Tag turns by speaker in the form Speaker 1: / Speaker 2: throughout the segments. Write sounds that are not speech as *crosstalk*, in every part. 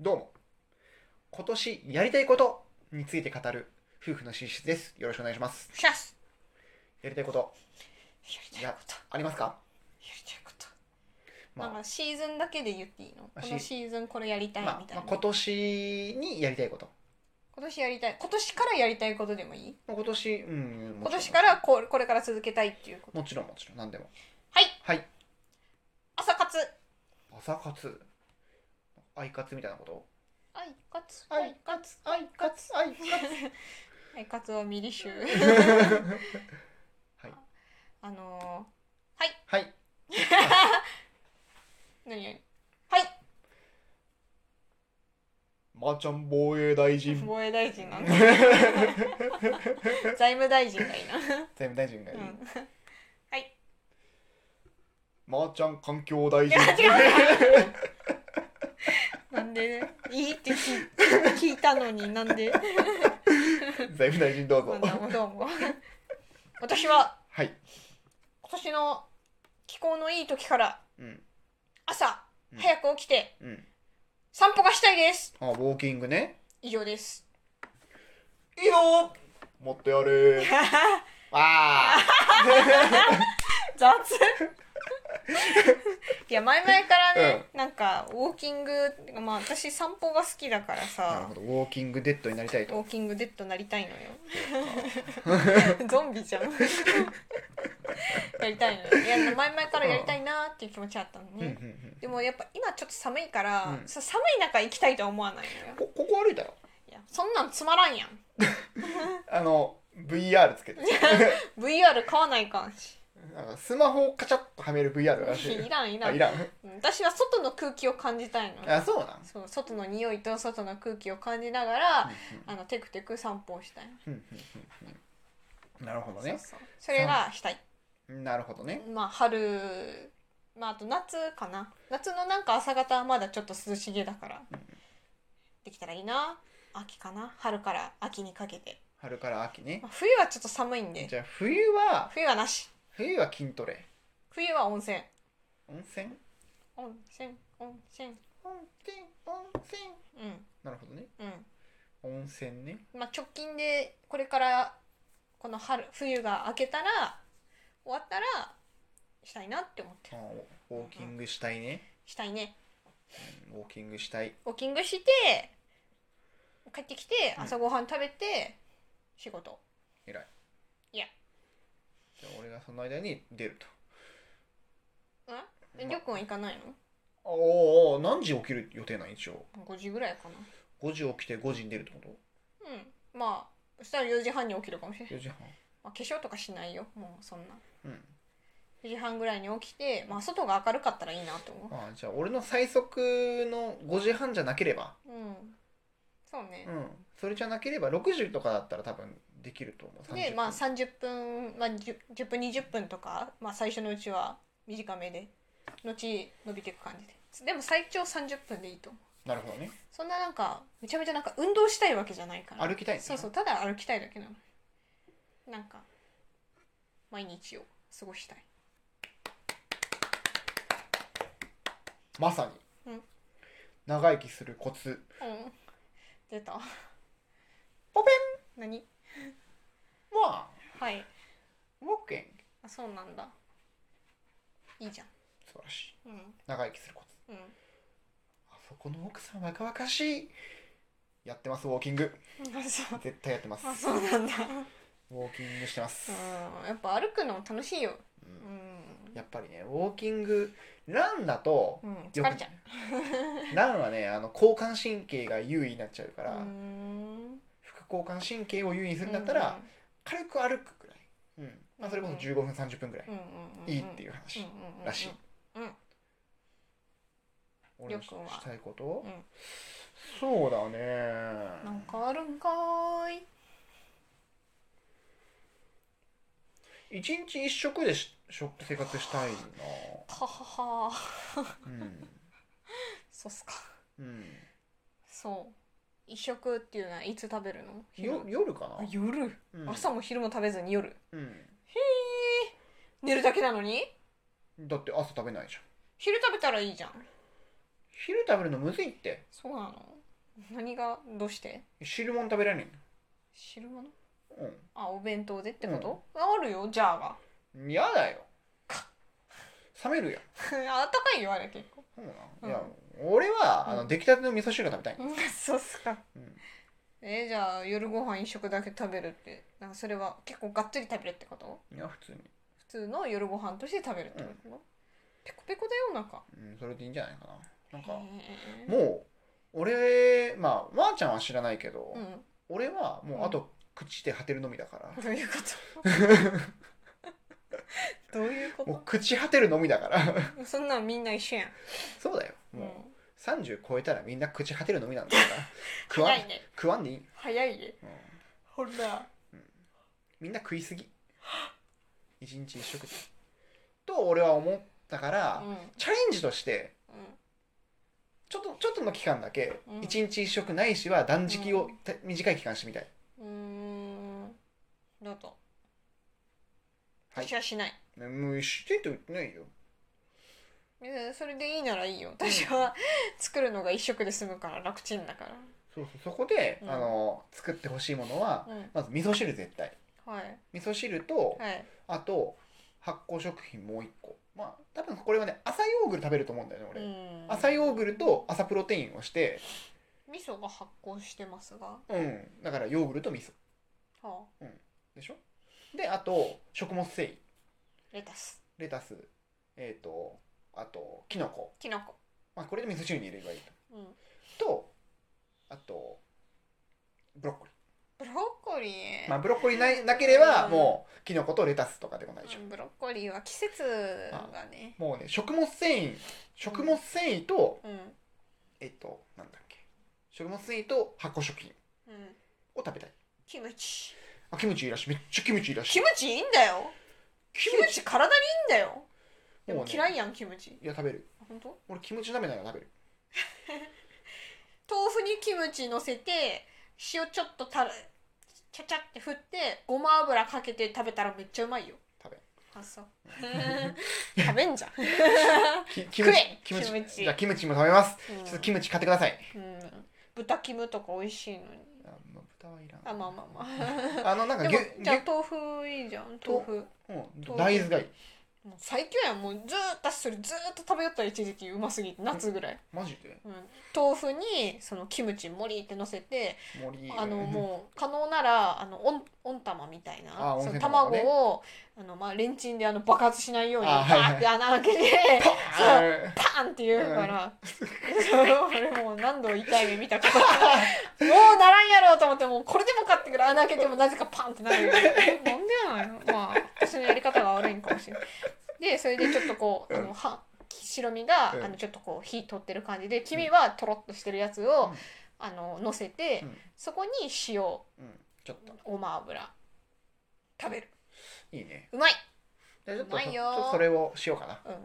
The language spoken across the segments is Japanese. Speaker 1: どうも今年やりたいことについて語る夫婦の寝室ですよろしくお願いします
Speaker 2: シャス
Speaker 1: やりたいこと
Speaker 2: やりたいことや
Speaker 1: ありますか
Speaker 2: りたいこと、なん
Speaker 1: ま
Speaker 2: かシーズンだけで言っていいの
Speaker 1: あ
Speaker 2: この
Speaker 1: シ
Speaker 2: シーズンこれやり
Speaker 1: あ、
Speaker 2: たいみ
Speaker 1: まあ
Speaker 2: たい
Speaker 1: ま
Speaker 2: な、
Speaker 1: あ、今年にやりたいこと
Speaker 2: 今年やりたい今年からやりたいことでもいい
Speaker 1: まあ今年うん
Speaker 2: 今年
Speaker 1: ら
Speaker 2: からここれから続けたいっていうこと
Speaker 1: もちろんもちろん何でも
Speaker 2: はい
Speaker 1: はい
Speaker 2: 朝活
Speaker 1: 朝活アイカツみたいなこと
Speaker 2: アイカツ
Speaker 1: ア
Speaker 2: ア
Speaker 1: イ
Speaker 2: イカツ
Speaker 1: アイカツアイ
Speaker 2: アイカ *laughs* ツはミリ集
Speaker 1: はい
Speaker 2: あの
Speaker 1: はい
Speaker 2: ー、何何はい
Speaker 1: まー、ちゃん防衛大臣
Speaker 2: 防衛大臣なん *laughs* だ財務大臣がいいな
Speaker 1: 財務大臣がいい、
Speaker 2: うん *laughs*
Speaker 1: まー、ちゃん環境大
Speaker 2: い
Speaker 1: 臣
Speaker 2: や違うなんでいいって聞い聞いたのになんで
Speaker 1: 財務大臣どうぞ
Speaker 2: ま
Speaker 1: *laughs*
Speaker 2: あどうもどうも私は
Speaker 1: はい
Speaker 2: 今年の気候のいい時から
Speaker 1: うん
Speaker 2: 朝
Speaker 1: うん
Speaker 2: 早く起きて
Speaker 1: うん
Speaker 2: 散歩がしたいです
Speaker 1: あウォーキングね
Speaker 2: 以上です
Speaker 1: いいよもっとや *laughs* れーわ
Speaker 2: 雑 *laughs* いや前々からね、なんかウォーキングってかまあ私散歩が好きだか
Speaker 1: *laughs* ー
Speaker 2: ら
Speaker 1: なる
Speaker 2: さ
Speaker 1: ほどウォーキングデッドになりたい
Speaker 2: ウ
Speaker 1: と
Speaker 2: ォーキングデッドなりたいのよゾン
Speaker 1: *laughs*
Speaker 2: ビじゃんやりたいのよいや前々からやりたいなーっていう気持ちあったのね、
Speaker 1: うんうんうん
Speaker 2: でもやっぱ今ちょっと寒いから、
Speaker 1: うん
Speaker 2: さ寒い中行きたいとは思わないのよ
Speaker 1: こここ歩いたよ
Speaker 2: いやそんなんつまらんやん
Speaker 1: あの VR つけて
Speaker 2: VR 買わないかんし
Speaker 1: なんかスマホをカチャッとはめる VR らしい *laughs*
Speaker 2: いらんいら
Speaker 1: あ
Speaker 2: ん
Speaker 1: いらん
Speaker 2: 私は外の空気を感じたいの
Speaker 1: あそうなん
Speaker 2: そう外の匂いと外の空気を感じながら、あのテクテク散歩をしたい、
Speaker 1: うんうんうんうんなるほどね
Speaker 2: そうそうそれがしたい
Speaker 1: なるほどね
Speaker 2: まあ春まああと夏かな夏のなんか朝方はまだちょっと涼しげだから、できたらいいな秋かな春から秋にかけて、
Speaker 1: 春から秋ね
Speaker 2: まあ、冬はちょっと寒いんで
Speaker 1: じゃあ冬は
Speaker 2: 冬はなし
Speaker 1: 冬は筋トレ
Speaker 2: 冬は温泉
Speaker 1: 温泉
Speaker 2: 温泉温泉
Speaker 1: 温泉温泉
Speaker 2: う
Speaker 1: なるほどね
Speaker 2: んう
Speaker 1: 温泉ね
Speaker 2: んまあ直近でこれからこの春冬が明けたら終わったらしたいなって思って
Speaker 1: あ
Speaker 2: る
Speaker 1: ウォーキングしたいね
Speaker 2: したいね
Speaker 1: うんウォーキングしたい
Speaker 2: ウォーキングして帰ってきて
Speaker 1: うん
Speaker 2: 朝ごはん食べて仕事
Speaker 1: 偉い
Speaker 2: いや
Speaker 1: じゃあ俺がその間に出るとま
Speaker 2: えりょうくんは行かないの
Speaker 1: あおーおー何時起きる予定なん一応
Speaker 2: 5時ぐらいか
Speaker 1: 5時起きて5時に出るってこと
Speaker 2: なうんまあそしたら4時半に起きるかもしれない、
Speaker 1: 4時半
Speaker 2: まあ、化粧とかしないよもうそんな
Speaker 1: うん
Speaker 2: 4時半ぐらいに起きてまあ外が明るかったらいいなと思
Speaker 1: ああじゃあ俺の最速の5時半じゃなければ
Speaker 2: ううんそうね、
Speaker 1: うんそれじゃなければ6時とかだったら多分できると思う30
Speaker 2: で
Speaker 1: 分
Speaker 2: まあ30分、まあ、10, 10分20分とか、まあ、最初のうちは短めで後伸びていく感じででも最長30分でいいと思う
Speaker 1: なるほどね
Speaker 2: そんななんかめちゃめちゃなんか運動したいわけじゃないから
Speaker 1: 歩きたいんでし
Speaker 2: そ
Speaker 1: ょ
Speaker 2: うそうただ歩きたいだけなのなんか毎日を過ごしたい
Speaker 1: まさに、
Speaker 2: うん
Speaker 1: 長生きするコツ
Speaker 2: うん出た
Speaker 1: ポペ
Speaker 2: 何
Speaker 1: ンまあ
Speaker 2: はい
Speaker 1: ウォーキング
Speaker 2: あそうなんだいいじゃん
Speaker 1: 素晴らしい
Speaker 2: うん
Speaker 1: 長生きするコツ
Speaker 2: うん
Speaker 1: *laughs* あそこの奥さん若々しいやってますウォーキング
Speaker 2: あそう
Speaker 1: 絶対やってます
Speaker 2: あそうなんだ
Speaker 1: ウォーキングしてます、
Speaker 2: うんやっぱ歩くのも楽しいようん
Speaker 1: やっぱりねウォーキングランだと
Speaker 2: うん、疲れちゃう。
Speaker 1: うランはねあの交感神経が優位になっちゃうか
Speaker 2: うー
Speaker 1: ら、
Speaker 2: ん
Speaker 1: 副交感神経を優位にするんだったら、、軽く歩くくらい、うんまあ、それこそ15分30分くらい
Speaker 2: うんうんうん、
Speaker 1: いいって
Speaker 2: い
Speaker 1: いう話、
Speaker 2: う
Speaker 1: らしい
Speaker 2: うんうん
Speaker 1: 俺のし
Speaker 2: りょうくんは
Speaker 1: したいこと、
Speaker 2: うん
Speaker 1: そうだ
Speaker 2: なん
Speaker 1: ね
Speaker 2: かあるんかーい。
Speaker 1: 一日一食でし食生活したいな
Speaker 2: はははー。
Speaker 1: うん、
Speaker 2: そうっすか。
Speaker 1: うん、
Speaker 2: そう。一食っていうのはいつ食べるの昼
Speaker 1: よ夜か
Speaker 2: あ
Speaker 1: な、
Speaker 2: 夜、
Speaker 1: うん、
Speaker 2: 朝も昼も食べずに夜。
Speaker 1: うん、
Speaker 2: 寝るだけなのに
Speaker 1: だって朝食べないじゃん
Speaker 2: 昼食べたらいいじゃん。
Speaker 1: 昼食べるのむずいって
Speaker 2: そうなの何がどうして
Speaker 1: 汁物食べられない
Speaker 2: 汁物
Speaker 1: の
Speaker 2: あお弁当でってこと、あるよジャーが *laughs*
Speaker 1: うん嫌だよ冷めるやん
Speaker 2: あったかいよあれ結構
Speaker 1: そう
Speaker 2: う
Speaker 1: なんんいや俺はあ
Speaker 2: う
Speaker 1: の
Speaker 2: ん
Speaker 1: 出来たての味噌汁が食べたいの
Speaker 2: うんそうっすか
Speaker 1: うん
Speaker 2: えーじゃあ夜ご飯一食だけ食べるってなんかそれは結構がっつり食べるってこと
Speaker 1: いや普通に
Speaker 2: 普通の夜ご飯として食べるってこと、ペコペコだよなんか
Speaker 1: うんそれでいいんじゃないかななんか
Speaker 2: へー
Speaker 1: もう俺まあまーちゃんは知らないけど
Speaker 2: うん
Speaker 1: 俺はもうあと口で果てるのみだから
Speaker 2: どういうこと *laughs* どういうこ
Speaker 1: もう
Speaker 2: と
Speaker 1: 口果てるのみだから *laughs*
Speaker 2: そんなんみんな一緒やん、
Speaker 1: そうだよ
Speaker 2: うん
Speaker 1: もう、30超えたらみんな口果てるのみなんだから
Speaker 2: *laughs*
Speaker 1: 食わん
Speaker 2: 早いね
Speaker 1: 食わんでいい、
Speaker 2: 早いね
Speaker 1: うん
Speaker 2: ほら
Speaker 1: みんな食いすぎ一日一食でと俺は思ったから、
Speaker 2: うんうん
Speaker 1: チャレンジとしてちょっとちょっとの期間だけ、
Speaker 2: うん
Speaker 1: 一日一食ないしは断食をた、短い期間してみたいう
Speaker 2: ーんどうぞ
Speaker 1: はい
Speaker 2: 私はしない、
Speaker 1: ねもうしてと言ってないよ
Speaker 2: えーそれでいいならいいよ私は作るのが一食で済むから楽ちんだから
Speaker 1: そうそうそこで、
Speaker 2: うん
Speaker 1: あの作ってほしいものは、
Speaker 2: うん
Speaker 1: まず味噌汁絶対
Speaker 2: はい
Speaker 1: 味噌汁と、
Speaker 2: はい
Speaker 1: あと発酵食品もう一個まあ多分これはね朝ヨーグル食べると思うんだよね俺、
Speaker 2: うん
Speaker 1: 朝ヨーグルと朝プロテインをして
Speaker 2: 味噌が発酵してますがは
Speaker 1: うんだからヨーグルと味噌
Speaker 2: あ
Speaker 1: でしょであと食物繊維
Speaker 2: レタス
Speaker 1: レタスえっ、とあときのこ、
Speaker 2: きのこ
Speaker 1: まあ、これで味噌汁に入れればいい
Speaker 2: うん
Speaker 1: ととあとブロッコリ
Speaker 2: ブロッコリー、
Speaker 1: ー、まあ、ブロッコリーないなければ
Speaker 2: うん
Speaker 1: もうきのことレタスとかでもないでしょ、
Speaker 2: うんブロッコリーは季節がね
Speaker 1: もうね食物繊維食物繊維と
Speaker 2: うん
Speaker 1: えっ、となんだっけ食物繊維と発酵食品
Speaker 2: うん
Speaker 1: を食べたい
Speaker 2: キムチ
Speaker 1: あキムチいいらしいめっちゃキムチいいらしい
Speaker 2: キムチいいんだよ
Speaker 1: キ
Speaker 2: キムチ体にいいんだよで
Speaker 1: もう
Speaker 2: も
Speaker 1: ね
Speaker 2: 嫌いやんキムチ
Speaker 1: いや食べる
Speaker 2: 本当
Speaker 1: 俺キムチ鍋なら食べる
Speaker 2: 豆腐にキムチ乗せて塩ちょっとたらちゃちゃって振ってごま油かけて食べたらめっちゃうまいよ
Speaker 1: 食べん *laughs*
Speaker 2: あそう食べんじゃん、
Speaker 1: きキムチ
Speaker 2: 食え
Speaker 1: キムチ
Speaker 2: キムチ
Speaker 1: じゃあキムチも食べます、
Speaker 2: うん
Speaker 1: ちょっとキムチ買ってください
Speaker 2: うん豚キムとか美味しいのに
Speaker 1: あまあ、豚はいらん
Speaker 2: あまあまあま
Speaker 1: あのなん
Speaker 2: あ
Speaker 1: か
Speaker 2: で
Speaker 1: ぎゅ
Speaker 2: も
Speaker 1: ぎ
Speaker 2: じゃあ
Speaker 1: ゅ
Speaker 2: 豆腐いいじゃん豆腐
Speaker 1: うん、大豆がいい
Speaker 2: もう最強やんもうずーっと私それずーっと食べよった一時期うますぎて夏ぐらい、
Speaker 1: マジで
Speaker 2: うん、豆腐にそのキムチ盛りって乗せて
Speaker 1: 森
Speaker 2: あのもう可能ならあの温温玉みたいな
Speaker 1: あ温
Speaker 2: その
Speaker 1: 泉卵
Speaker 2: 卵
Speaker 1: ね
Speaker 2: をあの、まあ、レンチンであの爆発しないように
Speaker 1: あは
Speaker 2: パ
Speaker 1: いはい
Speaker 2: ーって穴開けて、
Speaker 1: パーン
Speaker 2: パーンって言うから、俺もう何度痛い目見たかもうならんやろうと思ってもうこれでもかってぐらい穴開けてもなぜかパンってなるよえなんでやないのまあ私のやり方が悪いんかもしれないでそれでちょっとこうあ
Speaker 1: うん
Speaker 2: のは白身が、
Speaker 1: うん
Speaker 2: あのちょっとこう火取ってる感じで黄身はとろっとしてるやつを、
Speaker 1: うん
Speaker 2: あの乗せて、
Speaker 1: うん
Speaker 2: そこに塩
Speaker 1: うんちょっと
Speaker 2: ごま油食べる
Speaker 1: いいね
Speaker 2: うまい
Speaker 1: じゃあちょっと
Speaker 2: うま
Speaker 1: そ
Speaker 2: い
Speaker 1: ち
Speaker 2: よ
Speaker 1: ょっとそれをしようかな
Speaker 2: うんうん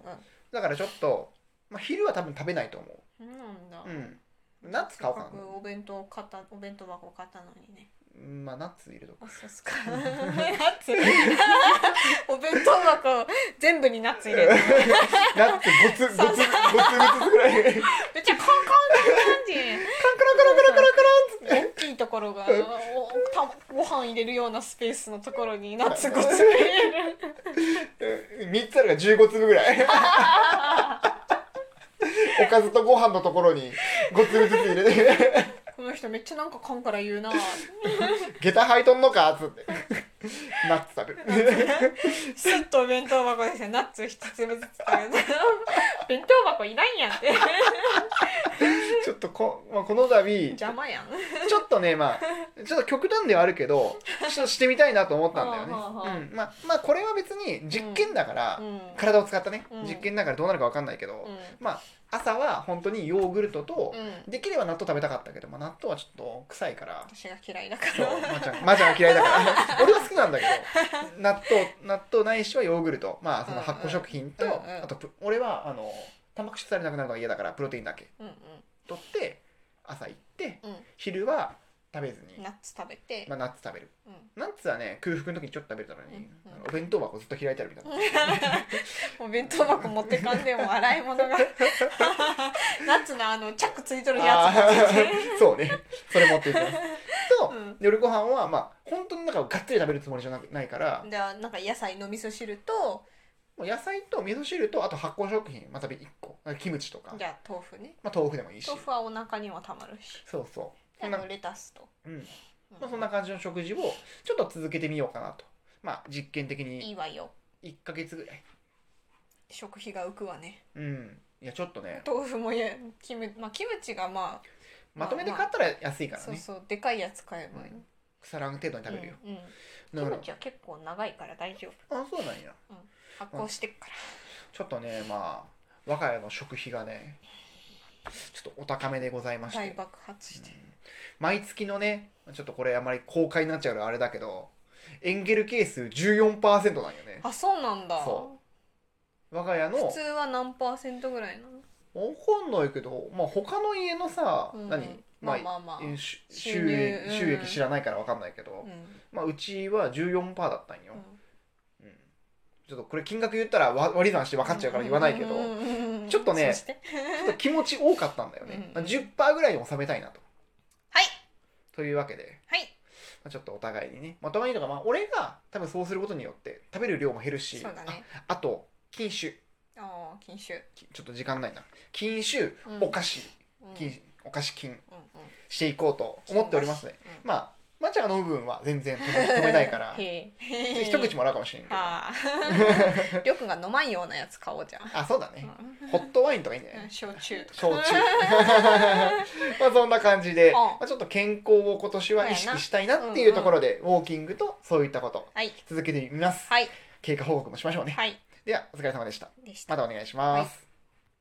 Speaker 1: だからちょっと、まあ、昼は多分食べないと思
Speaker 2: そうなんだ、
Speaker 1: ううんナッツ買おうか
Speaker 2: せっくお弁当買ったお弁当箱買ったのにね
Speaker 1: なうんまあナッツ入れとく
Speaker 2: あそうっすか *laughs* ナッツ *laughs* お弁当箱全部にナッツ入れる
Speaker 1: ナッツごつごつごつごつぐらい *laughs*
Speaker 2: めっちゃコンコンコンコンってカンカラカラカラカラカラ大きいところが
Speaker 1: うん
Speaker 2: おたご飯入れるようなスペースのところにナッツごつ入れる
Speaker 1: 3つあるから15粒ぐらい *laughs* おかずとご飯のところに5粒ずつ入れて
Speaker 2: この人めっちゃなんかカンカラ言うな
Speaker 1: 「下駄履いとんのか?」っつってナッツ食べる *laughs*
Speaker 2: *laughs* スッとお弁当箱ですねナッツ一粒ずつ食べて *laughs* 弁当箱いらんやんって
Speaker 1: ちょっとこ,、まあ、この度
Speaker 2: 邪魔やん
Speaker 1: ちょっとねまあちょっと極端ではあるけどちょっとしてみたいなと思ったんだよね。
Speaker 2: はあはあはあ
Speaker 1: うん、まあまあこれは別に実験だから、
Speaker 2: うん
Speaker 1: 体を使ったね、
Speaker 2: うん
Speaker 1: 実験だからどうなるかわかんないけど、まあ朝は本当にヨーグルトと、
Speaker 2: うん、うん、
Speaker 1: できれば納豆食べたかったけど、まあ、納豆はちょっと臭い
Speaker 2: *laughs*
Speaker 1: から。
Speaker 2: 私が嫌いだか
Speaker 1: そう
Speaker 2: ら
Speaker 1: まーちゃんまーちゃんは嫌いだから
Speaker 2: *laughs*
Speaker 1: 俺は好きなんだけど納豆納豆ないしはヨーグルトまあその発酵食品と、
Speaker 2: うんうんうんうん
Speaker 1: あとプ俺はあのタンパク質されなくなるのが嫌だからプロテインだけ
Speaker 2: うんうん
Speaker 1: 取って朝行って
Speaker 2: うん
Speaker 1: 昼は食べずに
Speaker 2: ナッツ食べて、
Speaker 1: まあ、ナッツ食べる
Speaker 2: うん、 *laughs*
Speaker 1: ナッツはね空腹の時にちょっと食べたらね、
Speaker 2: うんうん
Speaker 1: あのお弁当箱ずっと開いてあるみたいな
Speaker 2: お弁当箱持ってかんでも洗い物が *laughs* ナッツのあのチャックついとるや
Speaker 1: あ
Speaker 2: つ持ってきて
Speaker 1: ーそうねそれ持っていきますと、
Speaker 2: うん
Speaker 1: 夜ご飯はまあ本当になんかがっつり食べるつもりじゃなないから、
Speaker 2: でなんか野菜の味噌汁と
Speaker 1: もう野菜と味噌汁とあと発酵食品また1個キムチとか、
Speaker 2: じゃあ豆腐ね
Speaker 1: まあ、豆腐でもいいし
Speaker 2: 豆腐はお腹にはたまるし
Speaker 1: そうそ
Speaker 2: あ
Speaker 1: そん
Speaker 2: の
Speaker 1: な
Speaker 2: レタスと、
Speaker 1: う、うん
Speaker 2: うん
Speaker 1: まあ、そんな感じの食事をちょっと続けてみようかなとまあ実験的
Speaker 2: い
Speaker 1: に
Speaker 2: いわよ
Speaker 1: 1ヶ月ぐらい
Speaker 2: 食費が浮くわね
Speaker 1: うんいやちょっとね
Speaker 2: 豆腐もやキム,、まあ、キムチがまあ
Speaker 1: まとめて買ったら安いからね、
Speaker 2: そうそうでかいやつ買えばいい、
Speaker 1: うん腐らん程度に食べるよ、
Speaker 2: うんうん
Speaker 1: だ
Speaker 2: キ
Speaker 1: か
Speaker 2: ムチは結構長いから大丈夫
Speaker 1: らあそうなんや
Speaker 2: 発酵してっから
Speaker 1: ちょっとねまあ我が家の食費がねちょっとお高めでございまして
Speaker 2: 大爆発して、
Speaker 1: 毎月のねちょっとこれあまり公開になっちゃうからあれだけどエンゲル係数14%なんよね
Speaker 2: あそうなんだ
Speaker 1: そ我が家の
Speaker 2: 普通は何パーセントぐらいなの
Speaker 1: わかんないけど、まあ、他の家のさ、
Speaker 2: うん
Speaker 1: 何
Speaker 2: まあまあまあ、
Speaker 1: えーし
Speaker 2: 収
Speaker 1: 収
Speaker 2: 入
Speaker 1: 益
Speaker 2: うん
Speaker 1: 収益知らないからわかんないけど、う
Speaker 2: う
Speaker 1: んまあ、うちは14%だったんよ
Speaker 2: う、ん
Speaker 1: うんちょっとこれ金額言ったらわ割り算して分かっちゃうから言わないけど、
Speaker 2: うんうんうんうん
Speaker 1: ちょっとね
Speaker 2: そうして
Speaker 1: ちょっと気持ち多かったんだよね、
Speaker 2: うん
Speaker 1: まあ、10%ぐらいに収めたいなと
Speaker 2: はい
Speaker 1: というわけで、
Speaker 2: はい
Speaker 1: まあ、ちょっとお互いにね、まあ、お互いにとか、まあ、俺が多分そうすることによって食べる量も減るし、
Speaker 2: そうだね
Speaker 1: ああと禁酒
Speaker 2: ああ禁酒、
Speaker 1: きちょっと時間ないな禁酒
Speaker 2: うん
Speaker 1: お菓子
Speaker 2: うん
Speaker 1: 禁お菓子禁
Speaker 2: うんうん
Speaker 1: していこうと思っておりますね、
Speaker 2: うん
Speaker 1: まあまーちゃんが飲む分は全
Speaker 2: *laughs*
Speaker 1: 然止め止めないから
Speaker 2: へえ
Speaker 1: 一口もらうかもしれんけど
Speaker 2: あ
Speaker 1: *laughs*
Speaker 2: ありょうくんが飲まんようなやつ買おうじゃん、
Speaker 1: あそうだね
Speaker 2: う、
Speaker 1: ホットワインとかいいんじゃなんい
Speaker 2: 焼酎とか
Speaker 1: 焼
Speaker 2: *laughs*
Speaker 1: 酎 *laughs* まあそんな感じで、
Speaker 2: ん
Speaker 1: まあ、ちょっと健康を今年は意識したいなっていうところで、ウォーキングとそういったこと
Speaker 2: はい
Speaker 1: 続けてみます
Speaker 2: はい
Speaker 1: 経過報告もしましょうね、
Speaker 2: はい
Speaker 1: ではお疲れ様でした
Speaker 2: でした
Speaker 1: またお願いします、